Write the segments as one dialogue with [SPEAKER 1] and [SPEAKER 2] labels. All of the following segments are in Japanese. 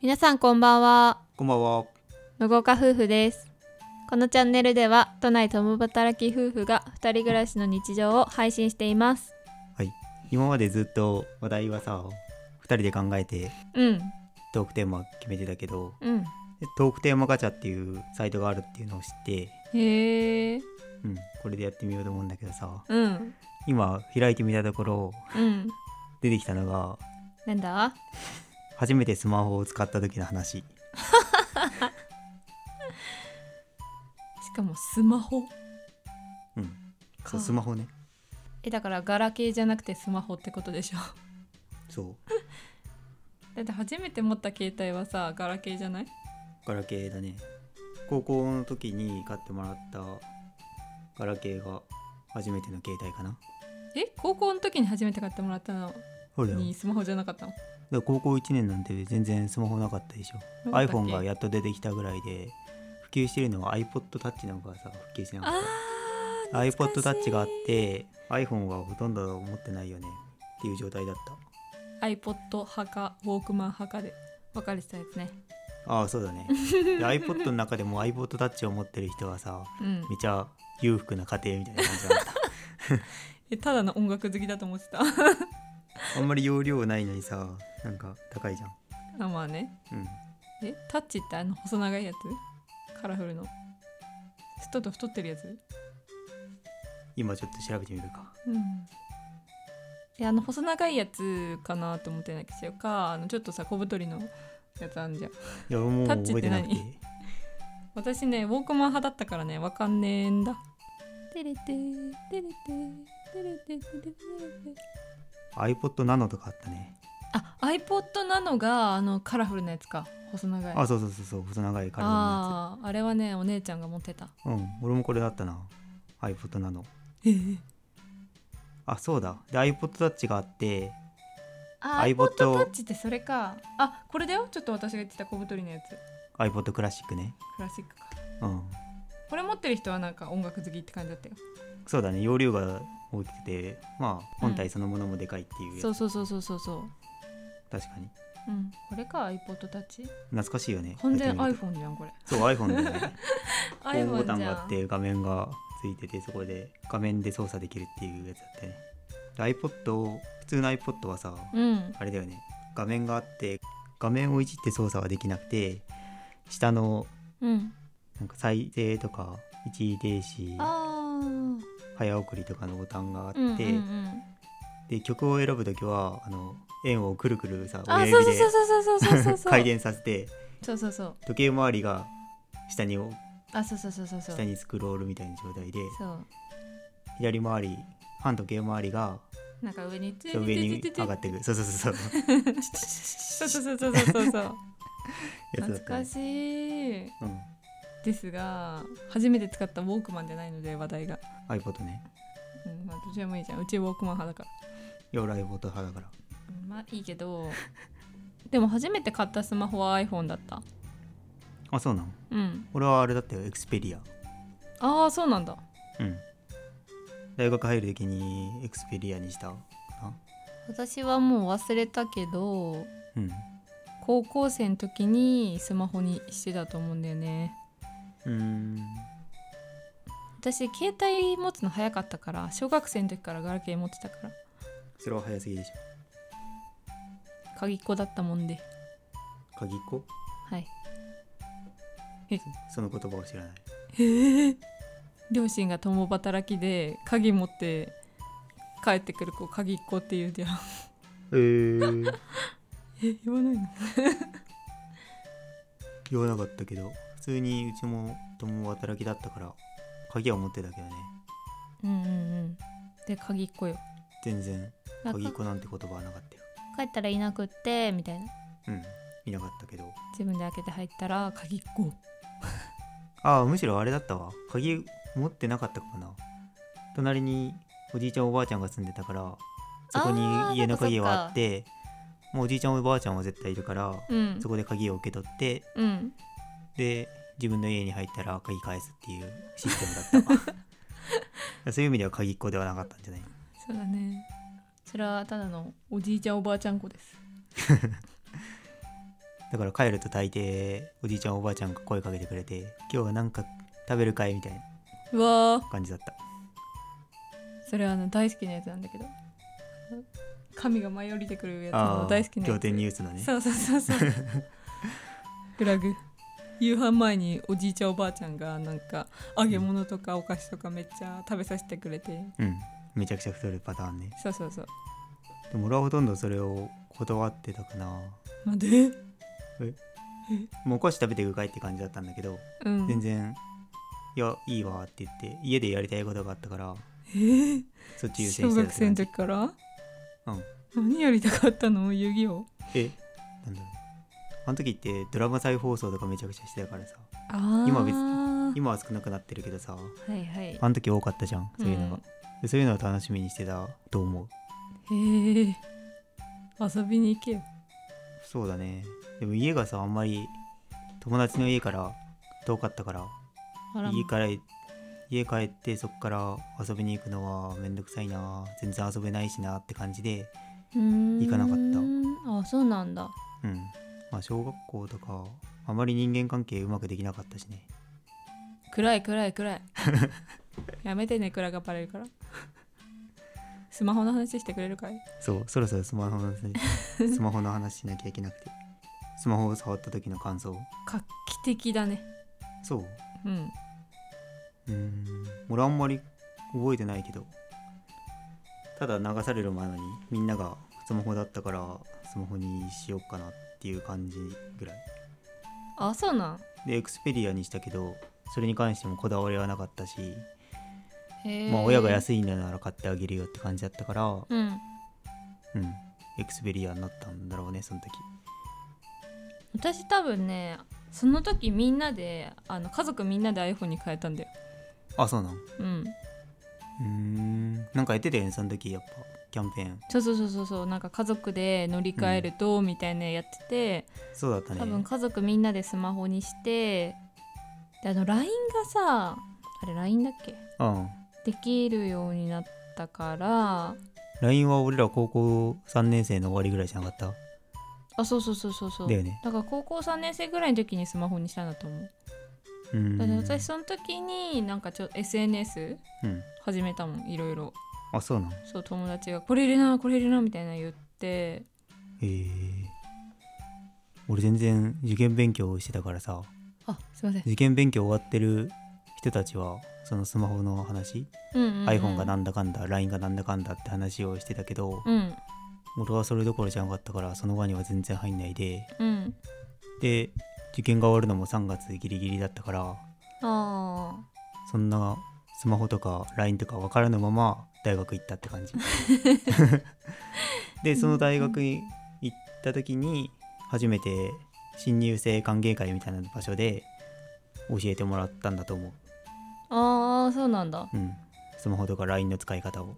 [SPEAKER 1] 皆さんこんばんは
[SPEAKER 2] こんばんは。
[SPEAKER 1] 無豪家夫婦ですこのチャンネルでは都内共働き夫婦が二人暮らしの日常を配信しています
[SPEAKER 2] 今までずっと話題はさ、2人で考えて
[SPEAKER 1] うん
[SPEAKER 2] トークテーマ決めてたけど、
[SPEAKER 1] うん
[SPEAKER 2] トークテーマガチャっていうサイトがあるっていうのを知って、
[SPEAKER 1] へえ
[SPEAKER 2] うん、これでやってみようと思うんだけどさ、
[SPEAKER 1] うん
[SPEAKER 2] 今開いてみたところ、
[SPEAKER 1] うん
[SPEAKER 2] 出てきたのが、
[SPEAKER 1] なんだ
[SPEAKER 2] 初めてスマホを使った時の話。
[SPEAKER 1] しかもスマホ
[SPEAKER 2] うん。
[SPEAKER 1] か
[SPEAKER 2] そうスマホね。
[SPEAKER 1] えだからガラケーじゃなくてスマホってことでしょ
[SPEAKER 2] そう。
[SPEAKER 1] だって初めて持った携帯はさガラケーじゃない
[SPEAKER 2] ガラケーだね。高校の時に買ってもらったガラケーが初めての携帯かな。
[SPEAKER 1] え高校の時に初めて買ってもらったの
[SPEAKER 2] そうだよ。
[SPEAKER 1] にスマホじゃなかったの
[SPEAKER 2] だから高校1年なんて全然スマホなかったでしょ
[SPEAKER 1] なかったっけ
[SPEAKER 2] iPhone がやっと出てきたぐらいで普及してるのは iPodTouch なんかがさ普及してなかっ
[SPEAKER 1] あ
[SPEAKER 2] た iPodTouch があって iPhone はほとんど持ってないよねっていう状態だった
[SPEAKER 1] iPod 派かウォークマン派かで分かれてたやつね
[SPEAKER 2] ああそうだねで iPod の中でも iPodTouch を持ってる人はさ
[SPEAKER 1] うん
[SPEAKER 2] めちゃ裕福な家庭みたいな感じ だった
[SPEAKER 1] えただの音楽好きだと思ってた
[SPEAKER 2] あんまり容量ないのにさなんか高いじゃん
[SPEAKER 1] あまあね
[SPEAKER 2] うん
[SPEAKER 1] えタッチってあの細長いやつカラフルの太と太ってるやつ
[SPEAKER 2] 今ちょっと調べてみるか
[SPEAKER 1] うんえあの細長いやつかなと思ってないけどかあのちょっとさ小太りのやつあんじゃん
[SPEAKER 2] いや俺もう
[SPEAKER 1] タッチっ
[SPEAKER 2] 覚え
[SPEAKER 1] て
[SPEAKER 2] てなくて
[SPEAKER 1] 何私ねウォークマン派だったからねわかんねえんだテレテーテレテーテレテーテレテー
[SPEAKER 2] iPod ナノとかあったね
[SPEAKER 1] あ iPod なのがあのカラフルなやつか細長い
[SPEAKER 2] あそうそうそうそう細長い体のや
[SPEAKER 1] あ
[SPEAKER 2] つ
[SPEAKER 1] ーあれはねお姉ちゃんが持ってた
[SPEAKER 2] うん、俺もこれだったな。iPod なの。
[SPEAKER 1] ええ
[SPEAKER 2] あ、そうだ。で、iPod Touch があって、
[SPEAKER 1] あ
[SPEAKER 2] iPod
[SPEAKER 1] iPod タッチってそれかあこれだよちょっと私が言ってた小太りのやつ
[SPEAKER 2] iPod クラシックね。
[SPEAKER 1] クラシックか
[SPEAKER 2] うん。
[SPEAKER 1] これ持ってる人はなんか音楽好きって感じだったよ
[SPEAKER 2] そうだね。容量が大きくて、まあ、
[SPEAKER 1] うん
[SPEAKER 2] 本体そのものもでかいっていうやつ。
[SPEAKER 1] そうそうそうそうそうそう
[SPEAKER 2] 確かに。
[SPEAKER 1] うんこれか iPod タッチ
[SPEAKER 2] 懐かしいよね。
[SPEAKER 1] 完全
[SPEAKER 2] やってみる
[SPEAKER 1] iPhone じゃんこれ
[SPEAKER 2] とそう、iPhone だよ ね。ホームボタ
[SPEAKER 1] iPhone
[SPEAKER 2] ン
[SPEAKER 1] じ
[SPEAKER 2] が
[SPEAKER 1] ゃ
[SPEAKER 2] あっ
[SPEAKER 1] ん
[SPEAKER 2] て、画面がついてて、そこで画面で操作できるっていうやつだったね。で iPod、普通の iPod はさ、
[SPEAKER 1] うん
[SPEAKER 2] あれだよね。画面があって、画面をいじって操作はできなくて、下の
[SPEAKER 1] うん
[SPEAKER 2] なんか再生とか一時停止
[SPEAKER 1] あー
[SPEAKER 2] 早送りとかのボタンがあって、
[SPEAKER 1] うんうんうん
[SPEAKER 2] で曲を選ぶ時はあの円をくるくるさ
[SPEAKER 1] あ
[SPEAKER 2] 親
[SPEAKER 1] そう
[SPEAKER 2] 指
[SPEAKER 1] そう
[SPEAKER 2] で
[SPEAKER 1] そうそうそうそうそうそう
[SPEAKER 2] 回転させて
[SPEAKER 1] そうそうそう
[SPEAKER 2] 時計回りが下に
[SPEAKER 1] あそうそうそうそうそう
[SPEAKER 2] 下にスクロールみたいな状態で
[SPEAKER 1] そう
[SPEAKER 2] 左回り反時計回りが
[SPEAKER 1] なんか上につ
[SPEAKER 2] 上に上がってくるそうそうそうそう
[SPEAKER 1] そうそうそうそうそうそう
[SPEAKER 2] やつだ
[SPEAKER 1] 懐
[SPEAKER 2] ったね
[SPEAKER 1] かしい
[SPEAKER 2] うん
[SPEAKER 1] ですが初めて使ったウォークマンじゃないので話題が、
[SPEAKER 2] iPod ね
[SPEAKER 1] うんまあ、どちらもいいじゃんうちウォークマン派だか
[SPEAKER 2] いや俺 iPod 派だから
[SPEAKER 1] ら、うんまあいいけ どでも初めて買ったスマホは iPhone だった
[SPEAKER 2] あそうなの
[SPEAKER 1] うん
[SPEAKER 2] 俺はあれだったよ Xperia
[SPEAKER 1] ああそうなんだ
[SPEAKER 2] うん大学入る時に Xperia にしたかな
[SPEAKER 1] 私はもう忘れたけど
[SPEAKER 2] うん
[SPEAKER 1] 高校生の時にスマホにしてたと思うんだよね
[SPEAKER 2] うーん
[SPEAKER 1] 私携帯持つの早かったから小学生の時からガラケー持ってたから
[SPEAKER 2] それは早すぎでし
[SPEAKER 1] 鍵っ子だったもんで
[SPEAKER 2] ょ鍵っ子
[SPEAKER 1] はい
[SPEAKER 2] その言葉を知ら ない
[SPEAKER 1] 両親が共働きで鍵持って帰ってくる子鍵っ子って言うじゃん
[SPEAKER 2] えー、
[SPEAKER 1] え言わないの
[SPEAKER 2] 言わなかったけど普通にうちも共働きだったから鍵は持ってたけどね
[SPEAKER 1] うんうんうんで鍵っ子よ
[SPEAKER 2] 全然
[SPEAKER 1] あ
[SPEAKER 2] 鍵っ
[SPEAKER 1] か
[SPEAKER 2] 子なんて言葉はなかったよ
[SPEAKER 1] 帰ったらいなくってみたいな
[SPEAKER 2] うんいなかったけど
[SPEAKER 1] 自分で開けて入ったら鍵っ子
[SPEAKER 2] ああむしろあれだったわ鍵持ってなかったかもな隣におじいちゃんおばあちゃんが住んでたからそこ
[SPEAKER 1] あー
[SPEAKER 2] に家の鍵はあ
[SPEAKER 1] そっかそっか
[SPEAKER 2] ってもうおじいちゃんおばあちゃんは絶対いるから
[SPEAKER 1] うん
[SPEAKER 2] そこで鍵を受け取って
[SPEAKER 1] うん
[SPEAKER 2] で自分の家に入ったら鍵返すっていうシステムだっ たそういう意味では鍵っ子ではなかったんじゃない
[SPEAKER 1] そうだねそれはただのおじいちゃんおばあちゃん子です
[SPEAKER 2] だから帰ると大抵おじいちゃんおばあちゃんが声かけてくれて「今日は何か食べるかい?」みたいな
[SPEAKER 1] うわー
[SPEAKER 2] 感じだった
[SPEAKER 1] それはあの大好きなやつなんだけど神が舞い降りてくるやつ
[SPEAKER 2] あ
[SPEAKER 1] の
[SPEAKER 2] ー
[SPEAKER 1] 大好きなや
[SPEAKER 2] 仰
[SPEAKER 1] つ
[SPEAKER 2] 天ニュースのね
[SPEAKER 1] そうそうそう そうグラグ夕飯前におじいちゃんおばあちゃんがなんか揚げ物とかお菓子とかめっちゃ食べさせてくれて
[SPEAKER 2] うんめちゃくちゃ太るパターンね
[SPEAKER 1] そうそうそう
[SPEAKER 2] でも俺はほとんどそれを断ってたかな
[SPEAKER 1] なんで
[SPEAKER 2] もうお菓子食べてくかいって感じだったんだけど
[SPEAKER 1] うん
[SPEAKER 2] 全然「いやいいわ」って言って家でやりたいことがあったから
[SPEAKER 1] えー
[SPEAKER 2] そっち優先
[SPEAKER 1] 小
[SPEAKER 2] してた
[SPEAKER 1] 学
[SPEAKER 2] って
[SPEAKER 1] 生の
[SPEAKER 2] 感じ
[SPEAKER 1] 時から
[SPEAKER 2] うん
[SPEAKER 1] 何やりたかったの遊戯王
[SPEAKER 2] えなんだろうあの時ってドラマ再放送とかめちゃくちゃしてたからさ
[SPEAKER 1] あー
[SPEAKER 2] 今別今は少なくなってるけどさ
[SPEAKER 1] はいはい
[SPEAKER 2] あの時多かったじゃんそういうのが、
[SPEAKER 1] うん
[SPEAKER 2] でそういうのを楽しみにしてたと思う
[SPEAKER 1] へえ遊びに行けよ
[SPEAKER 2] そうだねでも家がさあんまり友達の家から遠かったから
[SPEAKER 1] あらま
[SPEAKER 2] 家から家帰ってそこから遊びに行くのはめんどくさいな全然遊べないしなって感じで
[SPEAKER 1] 行
[SPEAKER 2] 行かなかった
[SPEAKER 1] あそうなんだ
[SPEAKER 2] うんまあ小学校とかあまり人間関係うまくできなかったしね
[SPEAKER 1] 暗い暗い暗 いやめてね暗がバレるからスマホの話してくれるかい
[SPEAKER 2] そうそろそろスマホの 話スマホの話しなきゃいけなくてスマホを触った時の感想
[SPEAKER 1] 画期的だね
[SPEAKER 2] そう
[SPEAKER 1] うん
[SPEAKER 2] うーん俺あんまり覚えてないけどただ流される前にみんながスマホだったからスマホにしようかなっていう感じぐらい
[SPEAKER 1] あそうなん
[SPEAKER 2] でエクスペリアにしたけどそれに関してもこだわりはなかったし、
[SPEAKER 1] へえ
[SPEAKER 2] まあ親が安いんだなら買ってあげるよって感じだったから
[SPEAKER 1] うん
[SPEAKER 2] うんエクスペリアになったんだろうねその時
[SPEAKER 1] 私多分ねその時みんなであの家族みんなで iPhone に変えたんだよ
[SPEAKER 2] あそうなんう
[SPEAKER 1] うん
[SPEAKER 2] ーんなんかやってたよねその時やっぱキャンペーン
[SPEAKER 1] そうそうそうそうそうなんか家族で乗り換えるとみたいなやってて、
[SPEAKER 2] そうだった
[SPEAKER 1] 多分
[SPEAKER 2] ね
[SPEAKER 1] 家族みんなでスマホにしてであの LINE がさあれ LINE だっけ
[SPEAKER 2] うん
[SPEAKER 1] できるようになったから
[SPEAKER 2] LINE は俺ら高校3年生の終わりぐらいじゃなかった
[SPEAKER 1] あそうそうそうそうそう
[SPEAKER 2] だよね
[SPEAKER 1] だから高校3年生ぐらいの時にスマホにしたんだと思う
[SPEAKER 2] うーん
[SPEAKER 1] だって私その時になんかちょっと SNS
[SPEAKER 2] うん
[SPEAKER 1] 始めたもんいろいろ
[SPEAKER 2] あそうなんへ
[SPEAKER 1] そう友達が「これ入れなこれ入れな」みたいな言って
[SPEAKER 2] え俺全然受験勉強してたからさ
[SPEAKER 1] あすいません
[SPEAKER 2] 受験勉強終わってる人たちはそのスマホの話、
[SPEAKER 1] うんうんうん、
[SPEAKER 2] iPhone がなんんだかんだ LINE がなんだかんだって話をしてたけど、
[SPEAKER 1] うん
[SPEAKER 2] 俺はそれどころじゃなかったからその輪には全然入んないで
[SPEAKER 1] うん
[SPEAKER 2] で受験が終わるのも3月ギリギリだったから
[SPEAKER 1] ああ
[SPEAKER 2] そんなスマホとか LINE とか分からぬまま大学行ったって感じでその大学に行った時に初めて新入生歓迎会みたいな場所で教えてもらったんだと思う、
[SPEAKER 1] あーそうなんだ
[SPEAKER 2] うん、スマホとか LINE の使い方を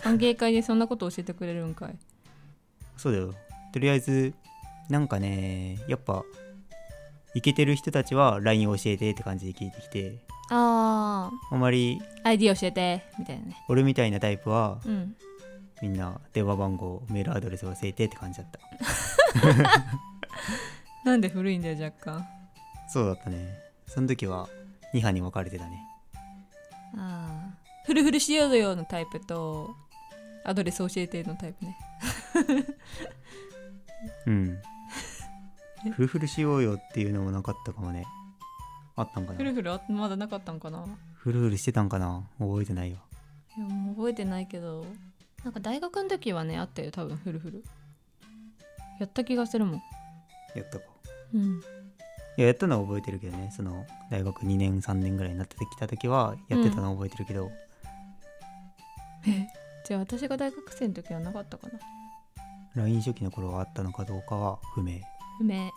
[SPEAKER 1] 歓迎会でそんなこと教えてくれるんかい
[SPEAKER 2] そうだよとりあえずなんかねやっぱイケてる人たちは LINE を教えてって感じで聞いてきて
[SPEAKER 1] あ
[SPEAKER 2] あまり
[SPEAKER 1] あ ID 教えてみたいなね
[SPEAKER 2] 俺みたいなタイプは
[SPEAKER 1] うん
[SPEAKER 2] みんな電話番号メールアドレス忘れてって感じだった
[SPEAKER 1] なんで古いんだよ若干
[SPEAKER 2] そうだったねその時は2波に分かれてたね
[SPEAKER 1] ああフルフルしようよのタイプとアドレス教えてのタイプね
[SPEAKER 2] うんフルフルしようよっていうのもなかったかもねあったんかな
[SPEAKER 1] フルフルあまだなかったんかない
[SPEAKER 2] フルフルしてたんかな覚えてないわ
[SPEAKER 1] やもう覚えてないけどなんか大学の時はねあったよ多分フルフルやった気がするもん
[SPEAKER 2] やったか
[SPEAKER 1] うん
[SPEAKER 2] いややったのは覚えてるけどねその大学2年3年ぐらいになってきた時はやってたのは覚えてるけど、
[SPEAKER 1] じゃあ私が大学生の時はなかったかな
[SPEAKER 2] LINE 初期の頃はあったのかどうかは不明
[SPEAKER 1] 不明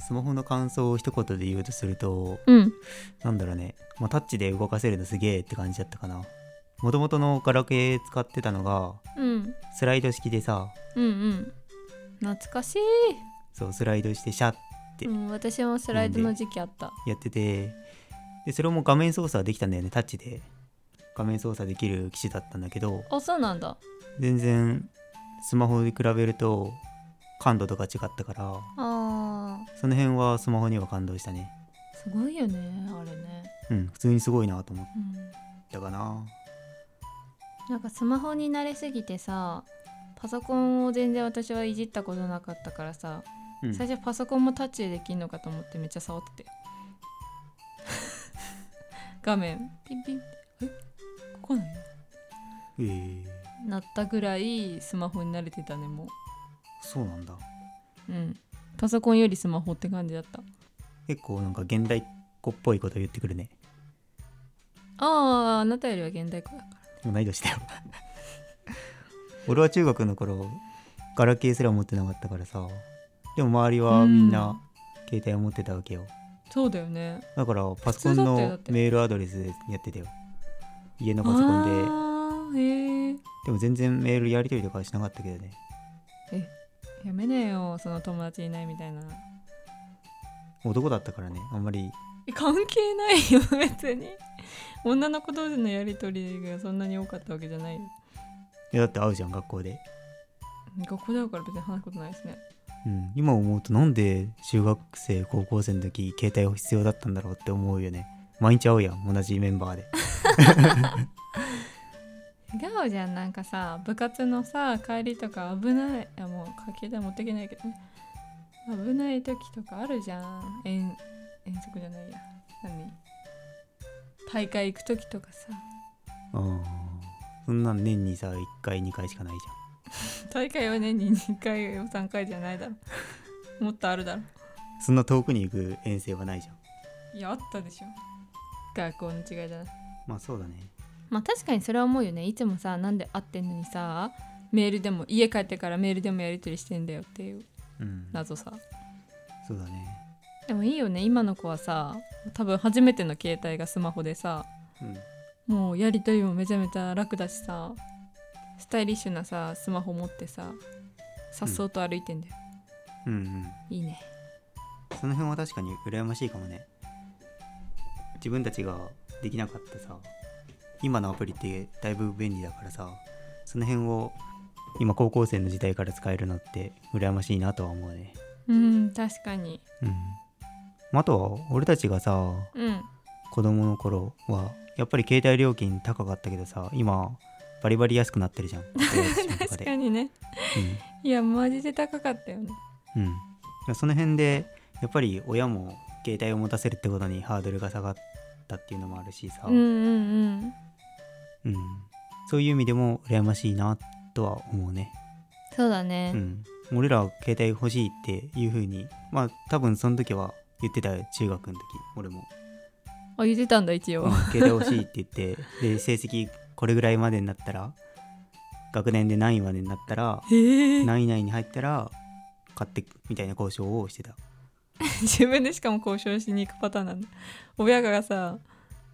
[SPEAKER 2] スマホの感想を一言で言うとすると
[SPEAKER 1] うん
[SPEAKER 2] なんだろうね、まあ、タッチで動かせるのすげえって感じだったかなもともとのガラケー使ってたのが
[SPEAKER 1] うん
[SPEAKER 2] スライド式でさ
[SPEAKER 1] うんうん懐かしい
[SPEAKER 2] そうスライドしてシャッで
[SPEAKER 1] うん、私もスライドの時期あった
[SPEAKER 2] やっててでそれも画面操作できたんだよねタッチで画面操作できる機種だったんだけど
[SPEAKER 1] あそうなんだ
[SPEAKER 2] 全然スマホで比べると感度とか違ったから
[SPEAKER 1] あ
[SPEAKER 2] その辺はスマホには感動したね
[SPEAKER 1] ーすごいよねあれね、
[SPEAKER 2] うん普通にすごいなと思っ
[SPEAKER 1] うん、
[SPEAKER 2] たかな
[SPEAKER 1] なんかスマホに慣れすぎてさパソコンを全然私はいじったことなかったからさ、
[SPEAKER 2] うん
[SPEAKER 1] 最初パソコンもタッチでできるのかと思ってめっちゃ触ってて 画面ピンピンえここない
[SPEAKER 2] えー、
[SPEAKER 1] なったぐらいスマホに慣れてたねも
[SPEAKER 2] そうなんだ
[SPEAKER 1] ううんパソコンよりスマホって感じだった
[SPEAKER 2] 結構なんか現代っ子っぽいこと言ってくるね
[SPEAKER 1] あああなたよりは現代子だから
[SPEAKER 2] 同い年だよ俺は中学の頃ガラケーすら持ってなかったからさでも周りはみん
[SPEAKER 1] う
[SPEAKER 2] な携帯を持ってたわけよ、
[SPEAKER 1] そうだよね
[SPEAKER 2] だからパソコン
[SPEAKER 1] 普通だったよだ
[SPEAKER 2] の
[SPEAKER 1] って
[SPEAKER 2] メールアドレスでやってたよ家の
[SPEAKER 1] あ
[SPEAKER 2] パソコンで
[SPEAKER 1] あーへえ
[SPEAKER 2] でも全然メールやり取りとかはしなかったけどね
[SPEAKER 1] やめねえよその友達いないみたいな
[SPEAKER 2] 男だったからねあんまり
[SPEAKER 1] え関係ないよ別に女の子同士のやり取りがそんなに多かったわけじゃないよ
[SPEAKER 2] いやだって会うじゃん学校で、
[SPEAKER 1] 学校だから別に話すことないですね
[SPEAKER 2] うん、今思うとなんで中学生高校生の時携帯を必要だったんだろうって思うよね毎日会うやん同じメンバーで
[SPEAKER 1] 違うじゃんなんかさ部活のさ帰りとか危ないいやもう携帯持ってけないけどね危ない時とかあるじゃん遠遠足じゃないや何大会行く時とかさ
[SPEAKER 2] あーそんなん年にさ1回2回しかないじ
[SPEAKER 1] 大会は年に2回3回じゃないだろもっとあるだろ
[SPEAKER 2] ゃんそんな遠くに行く遠征はないじゃん
[SPEAKER 1] いやあったでしょ学校の違いだな
[SPEAKER 2] まあそうだね
[SPEAKER 1] まあ確かにそれは思うよねいつもさなんで会ってんのにさメールでも家帰ってからメールでもやり取りしてんだよっていう
[SPEAKER 2] うん
[SPEAKER 1] 謎さ
[SPEAKER 2] そうだね
[SPEAKER 1] でもいいよね今の子はさ多分初めての携帯がスマホでさ
[SPEAKER 2] うん
[SPEAKER 1] もうやり取りもめちゃめちゃ楽だしさスタイリッシュなさスマホ持ってささっそうと歩いてんだよ、
[SPEAKER 2] うんうん
[SPEAKER 1] いいね
[SPEAKER 2] その辺は確かに羨ましいかもね自分たちができなかったさ今のアプリってだいぶ便利だからさその辺を今高校生の時代から使えるのって羨ましいなとは思うね
[SPEAKER 1] うん確かに
[SPEAKER 2] うんまああとは俺たちがさ
[SPEAKER 1] うん
[SPEAKER 2] 子供の頃はやっぱり携帯料金高かったけどさ今バリバリ安くなってる じゃん確
[SPEAKER 1] 確かにねいやマジで高かったよね
[SPEAKER 2] うん、うん、その辺でやっぱり親も携帯を持たせるってことにハードルが下がったっていうのもあるしさ、
[SPEAKER 1] うんうんうん
[SPEAKER 2] うん、そういう意味でも羨ましいなとは思うね。
[SPEAKER 1] そうだね
[SPEAKER 2] うん、俺らは携帯欲しいっていう風にまあ多分その時は言ってたよ中学の時俺も、
[SPEAKER 1] あ言ってたんだ一
[SPEAKER 2] うん
[SPEAKER 1] 応
[SPEAKER 2] 携帯欲しいって言ってで成績これぐらいまでになったら学年で何位までになったら
[SPEAKER 1] へえ
[SPEAKER 2] 何位以内に入ったら買ってみたいな交渉をしてた。
[SPEAKER 1] 自分でしかも交渉しに行くパターンなんだ親がさ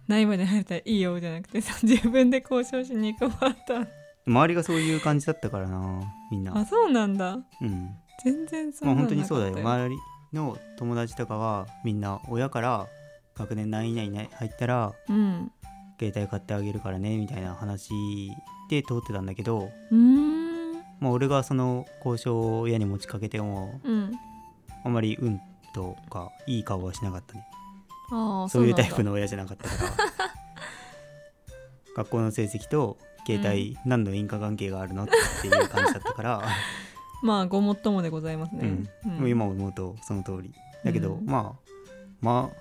[SPEAKER 1] 何まで入れたらいいよじゃなくてさ 自分で交渉しに行くパターン
[SPEAKER 2] 周りがそういう感じだったからなみんな。
[SPEAKER 1] あそうなんだ
[SPEAKER 2] うん
[SPEAKER 1] 全然そん
[SPEAKER 2] ま
[SPEAKER 1] なんなか
[SPEAKER 2] あ本当
[SPEAKER 1] った
[SPEAKER 2] にそうだよ周りの友達とかはみんな親から学年何位以内に入ったら
[SPEAKER 1] うん
[SPEAKER 2] 携帯買ってあげるからねみたいな話で通ってたんだけど、
[SPEAKER 1] うーん
[SPEAKER 2] まあ、俺がその交渉を親に持ちかけても
[SPEAKER 1] うん
[SPEAKER 2] あまりうんとかいい顔はしなかったね
[SPEAKER 1] ああ
[SPEAKER 2] そういうタイプ
[SPEAKER 1] の
[SPEAKER 2] の親じゃなかっ たから学校の成績と携帯何の因果関係があるのっていう感じだった から、
[SPEAKER 1] まあごもっともでございます
[SPEAKER 2] う
[SPEAKER 1] ね
[SPEAKER 2] ん、
[SPEAKER 1] うん
[SPEAKER 2] もう今思うとその通りだけど、
[SPEAKER 1] うん
[SPEAKER 2] まあまあ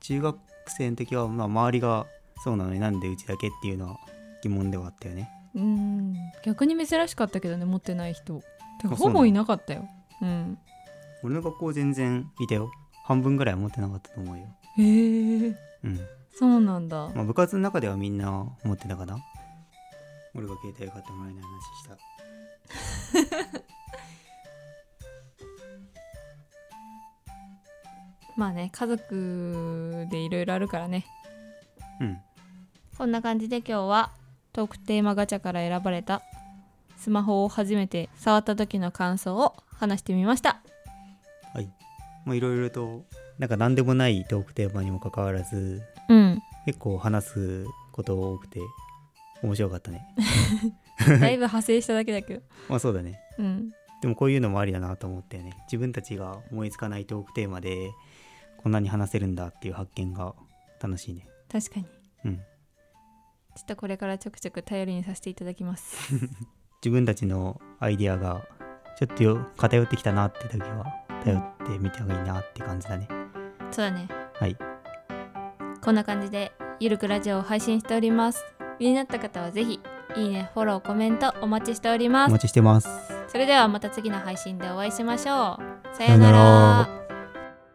[SPEAKER 2] 中学生の時はまあ周りがそうなのになんでうちだけっていうのは疑問ではあったよね
[SPEAKER 1] うん逆に珍しかったけどね持ってない人てか
[SPEAKER 2] あそう
[SPEAKER 1] ほ
[SPEAKER 2] なの
[SPEAKER 1] ぼいなかったようん
[SPEAKER 2] 俺の学校全然いたよ半分ぐらいは持ってなかったと思うよ、
[SPEAKER 1] へえ
[SPEAKER 2] うん
[SPEAKER 1] そうなんだ
[SPEAKER 2] まあ、部活の中ではみんな持ってたかな俺が携帯買ってもらえない話した
[SPEAKER 1] まあね家族でいろいろあるからね
[SPEAKER 2] うん
[SPEAKER 1] こんな感じで今日はトークテーマガチャから選ばれたスマホを初めて触った時の感想を話してみました
[SPEAKER 2] まあいろいろとなんか何でもないトークテーマにもかかわらず
[SPEAKER 1] うん
[SPEAKER 2] 結構話すこと多くて面白かったね
[SPEAKER 1] だいぶ派生しただけだけど
[SPEAKER 2] まあそうだね
[SPEAKER 1] うん
[SPEAKER 2] でもこういうのもありだなと思ったよね自分たちが思いつかないトークテーマでこんなに話せるんだっていう発見が楽しいね
[SPEAKER 1] 確かに
[SPEAKER 2] うん
[SPEAKER 1] ちょっとこれからちょくちょく頼りにさせていただきます
[SPEAKER 2] 自分たちのアイディアがちょっとよ偏ってきたなって時は頼ってみた方がいいなって感じだね
[SPEAKER 1] そうだね
[SPEAKER 2] はい
[SPEAKER 1] こんな感じでゆるくラジオを配信しております気になった方はぜひいいねフォローコメントお待ちしておりま
[SPEAKER 2] お
[SPEAKER 1] す
[SPEAKER 2] 待ちしてます
[SPEAKER 1] それではまた次の配信でお会いしましょうさ
[SPEAKER 2] さよ
[SPEAKER 1] よう
[SPEAKER 2] な
[SPEAKER 1] な
[SPEAKER 2] ら
[SPEAKER 1] ら